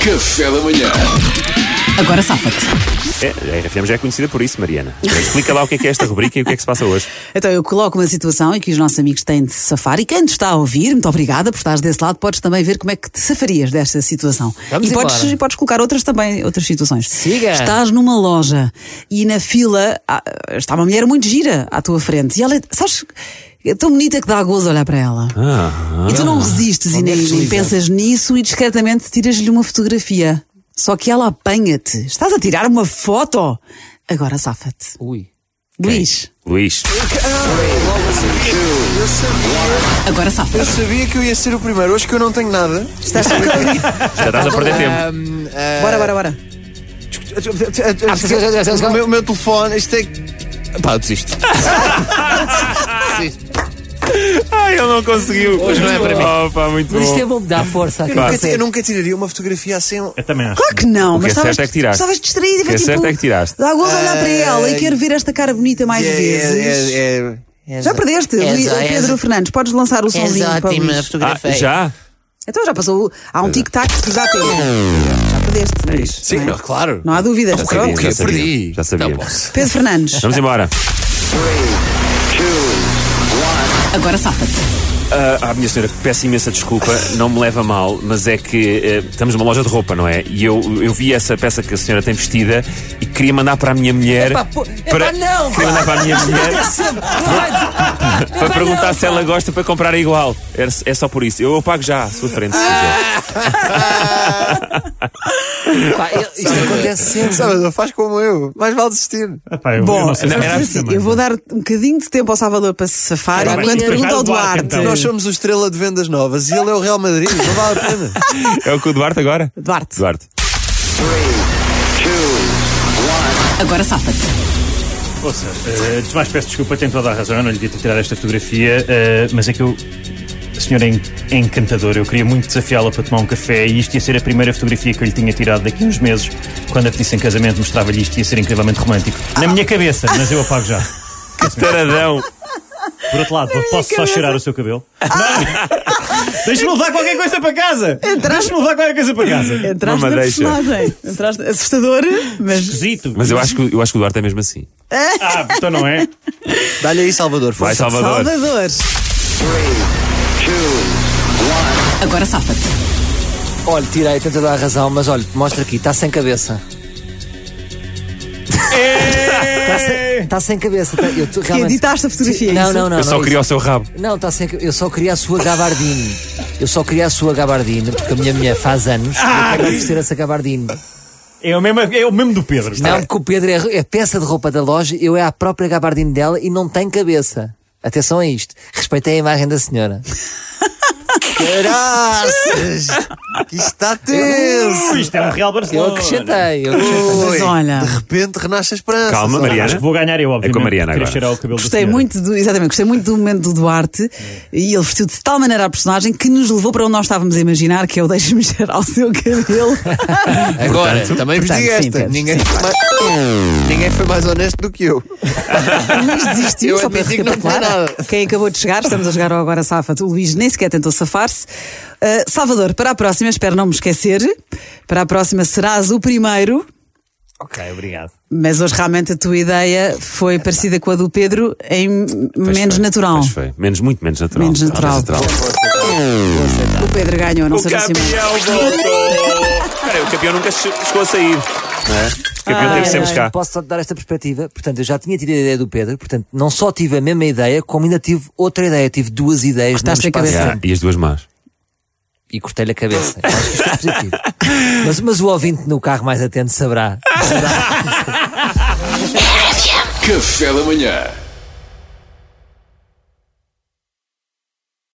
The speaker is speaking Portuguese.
Café da manhã. Agora safa-te. É, a RFM já é conhecida por isso, Mariana. Então, Explica lá o que é, que é esta rubrica e o que é que se passa hoje. Então eu coloco uma situação em que os nossos amigos têm de se safar e quem te está a ouvir, muito obrigada por estares desse lado, podes também ver como é que te safarias desta situação. Vamos e podes, embora. e podes colocar outras também, outras situações. Siga. Estás numa loja e na fila há- está uma mulher muito gira à tua frente e ela, é- sabes, é tão bonita que dá gozo olhar para ela. Ah. E tu não resistes é e nem, nem pensas nisso e discretamente tiras-lhe uma fotografia. Só que ela apanha-te. Estás a tirar uma foto. Agora safa-te. Ui. Luís, Luís, agora safa-te. Eu sabia que eu ia ser o primeiro, hoje que eu não tenho nada. Estás a já estás a perder tempo. Bora, bora, bora. Ah, O meu, meu telefone, isto é. Pá, desisto. Ai, ele não conseguiu. Hoje não é para mim. Opa, muito Mas isto é bom. bom que dá força. à Claro. cabeça. Eu nunca tiraria uma fotografia assim. Claro que não, O que mas é certo estavas, é que tiraste. estavas distraído e O que é foi tipo. certo é que tiraste. Dá gozo a olhar para ela e Ah, quero ver esta cara bonita mais É, vezes. é- é- é- Já perdeste, És- Luís- és- Pedro Fernandes. Podes lançar o És somzinho para o ótima, Luís. Ah, fotografei. já? Então já passou. o- Há um tic-tac que tu já tens. Já perdeste. Luís, Sim, não, é? claro. não há dúvida. Sabia, Ok, já sabia, perdi. Já sabia. Não posso. Pedro Fernandes, Vamos embora. agora safa-te. Ah, ah, minha senhora, peço imensa desculpa, não me leva a mal, mas é que eh, estamos numa loja de roupa, não é? E eu, eu vi essa peça que a senhora tem vestida e queria mandar para a minha mulher. Epá, pô, epá, para, não, Queria pá. mandar para a minha mulher. Para Para perguntar se ela gosta para comprar igual. É, é só por isso. Eu, eu pago já à sua frente, se quiser. Isto acontece sempre. é. Sabe, não faz como eu. Mais vale desistir. Pá, eu, eu não sei se não, é era assim Assim, também. eu vou dar um bocadinho de tempo ao Salvador para se safar Era a enquanto minha- pergunta ao Vai, Duarte, Duarte. então. Nós somos o estrela de vendas novas e ele é o Real Madrid. Não vale a pena. É o que o Duarte agora? Duarte, Duarte. agora safa-te. Ouça, eh, antes de mais peço desculpa, tem toda a razão, eu não lhe devia ter tirado esta fotografia, eh, mas é que eu. A senhora é en- é encantadora, eu queria muito desafiá-la para tomar um café e isto ia ser a primeira fotografia que eu lhe tinha tirado daqui a uns meses. Quando a pedisse em casamento, mostrava-lhe isto ia ser incrivelmente romântico. Na minha cabeça, mas eu apago já. Taradão. Por outro lado, posso só cheirar o seu cabelo? Não! Deixa-me levar qualquer coisa para casa! Então- Deixa-me levar qualquer coisa para casa! Entraste Não na me deixa. personagem. Entraste assustador, mas. Esquisito! Mas eu acho, que, eu acho que o Duarte é mesmo assim. Ah, então não é? Dá-lhe aí, Salvador. Vai, força. Salvador. Salvador, agora safa-te. Olha, tirei, tenta dar a razão, mas olha, mostra aqui, está sem cabeça. É! Está sem, tá sem cabeça. tá- eu tô- Que realmente- editaste a fotografia? Não, isso? é não, não. Eu só não, queria o seu rabo. Não, tá sem, eu só queria a sua gabardine. Eu só queria a sua gabardine, porque a minha mulher faz anos Ah, e eu quero oferecer essa gabardine. É o mesmo, é o mesmo do Pedro. Não, porque o Pedro é, é peça de roupa da loja, eu é a própria gabardine dela e não tem cabeça. Atenção a isto. Respeitei a imagem da senhora. Caraças! Que isto está tenso. Ui, Isto é um Real Eu Barcelona. acrescentei, eu acrescentei. Mas Ui, olha. De repente renasce a esperança. Calma, Salvador. Mariana. Acho que vou ganhar eu, obviamente. É com a Mariana queria agora. cheirar o cabelo da Gostei senhora. muito, do, exatamente, gostei muito do momento do Duarte e ele vestiu de tal maneira a personagem que nos levou para onde nós estávamos a imaginar, que é o deixe-me cheirar o seu cabelo. Agora, também Vos digo sim, esta, Pedro, ninguém, foi mais- ninguém foi mais honesto do que eu. Luís desistiu, Eu só para admiti que não recapitular. tinha nada. Quem acabou de chegar, estamos a jogar ao Agora Safa. O Luís nem sequer tentou safar-se. Ah, Salvador, para a próxima, espero não me esquecer. Para a próxima serás o primeiro. Ok, obrigado. Mas hoje realmente a tua ideia foi parecida com a do Pedro, em Pois menos foi, natural. pois foi. Menos, muito menos natural. Menos natural. O Pedro ganhou, não O sei se é assim, campeão voltou. Espera aí, o campeão nunca che- chegou a sair. Não é? O Ah, campeão teve sempre cá. Posso só te dar esta perspectiva? Portanto, eu já tinha tido a ideia do Pedro, portanto, não só tive a mesma ideia, como ainda tive outra ideia. Tive duas ideias no Cortaste mesmo a espaço. cabeça. Yeah, Ah, E as duas más. E cortei-lhe a cabeça. Eu Acho que isto é positivo. Mas, mas o ouvinte no carro mais atento saberá. Café da manhã.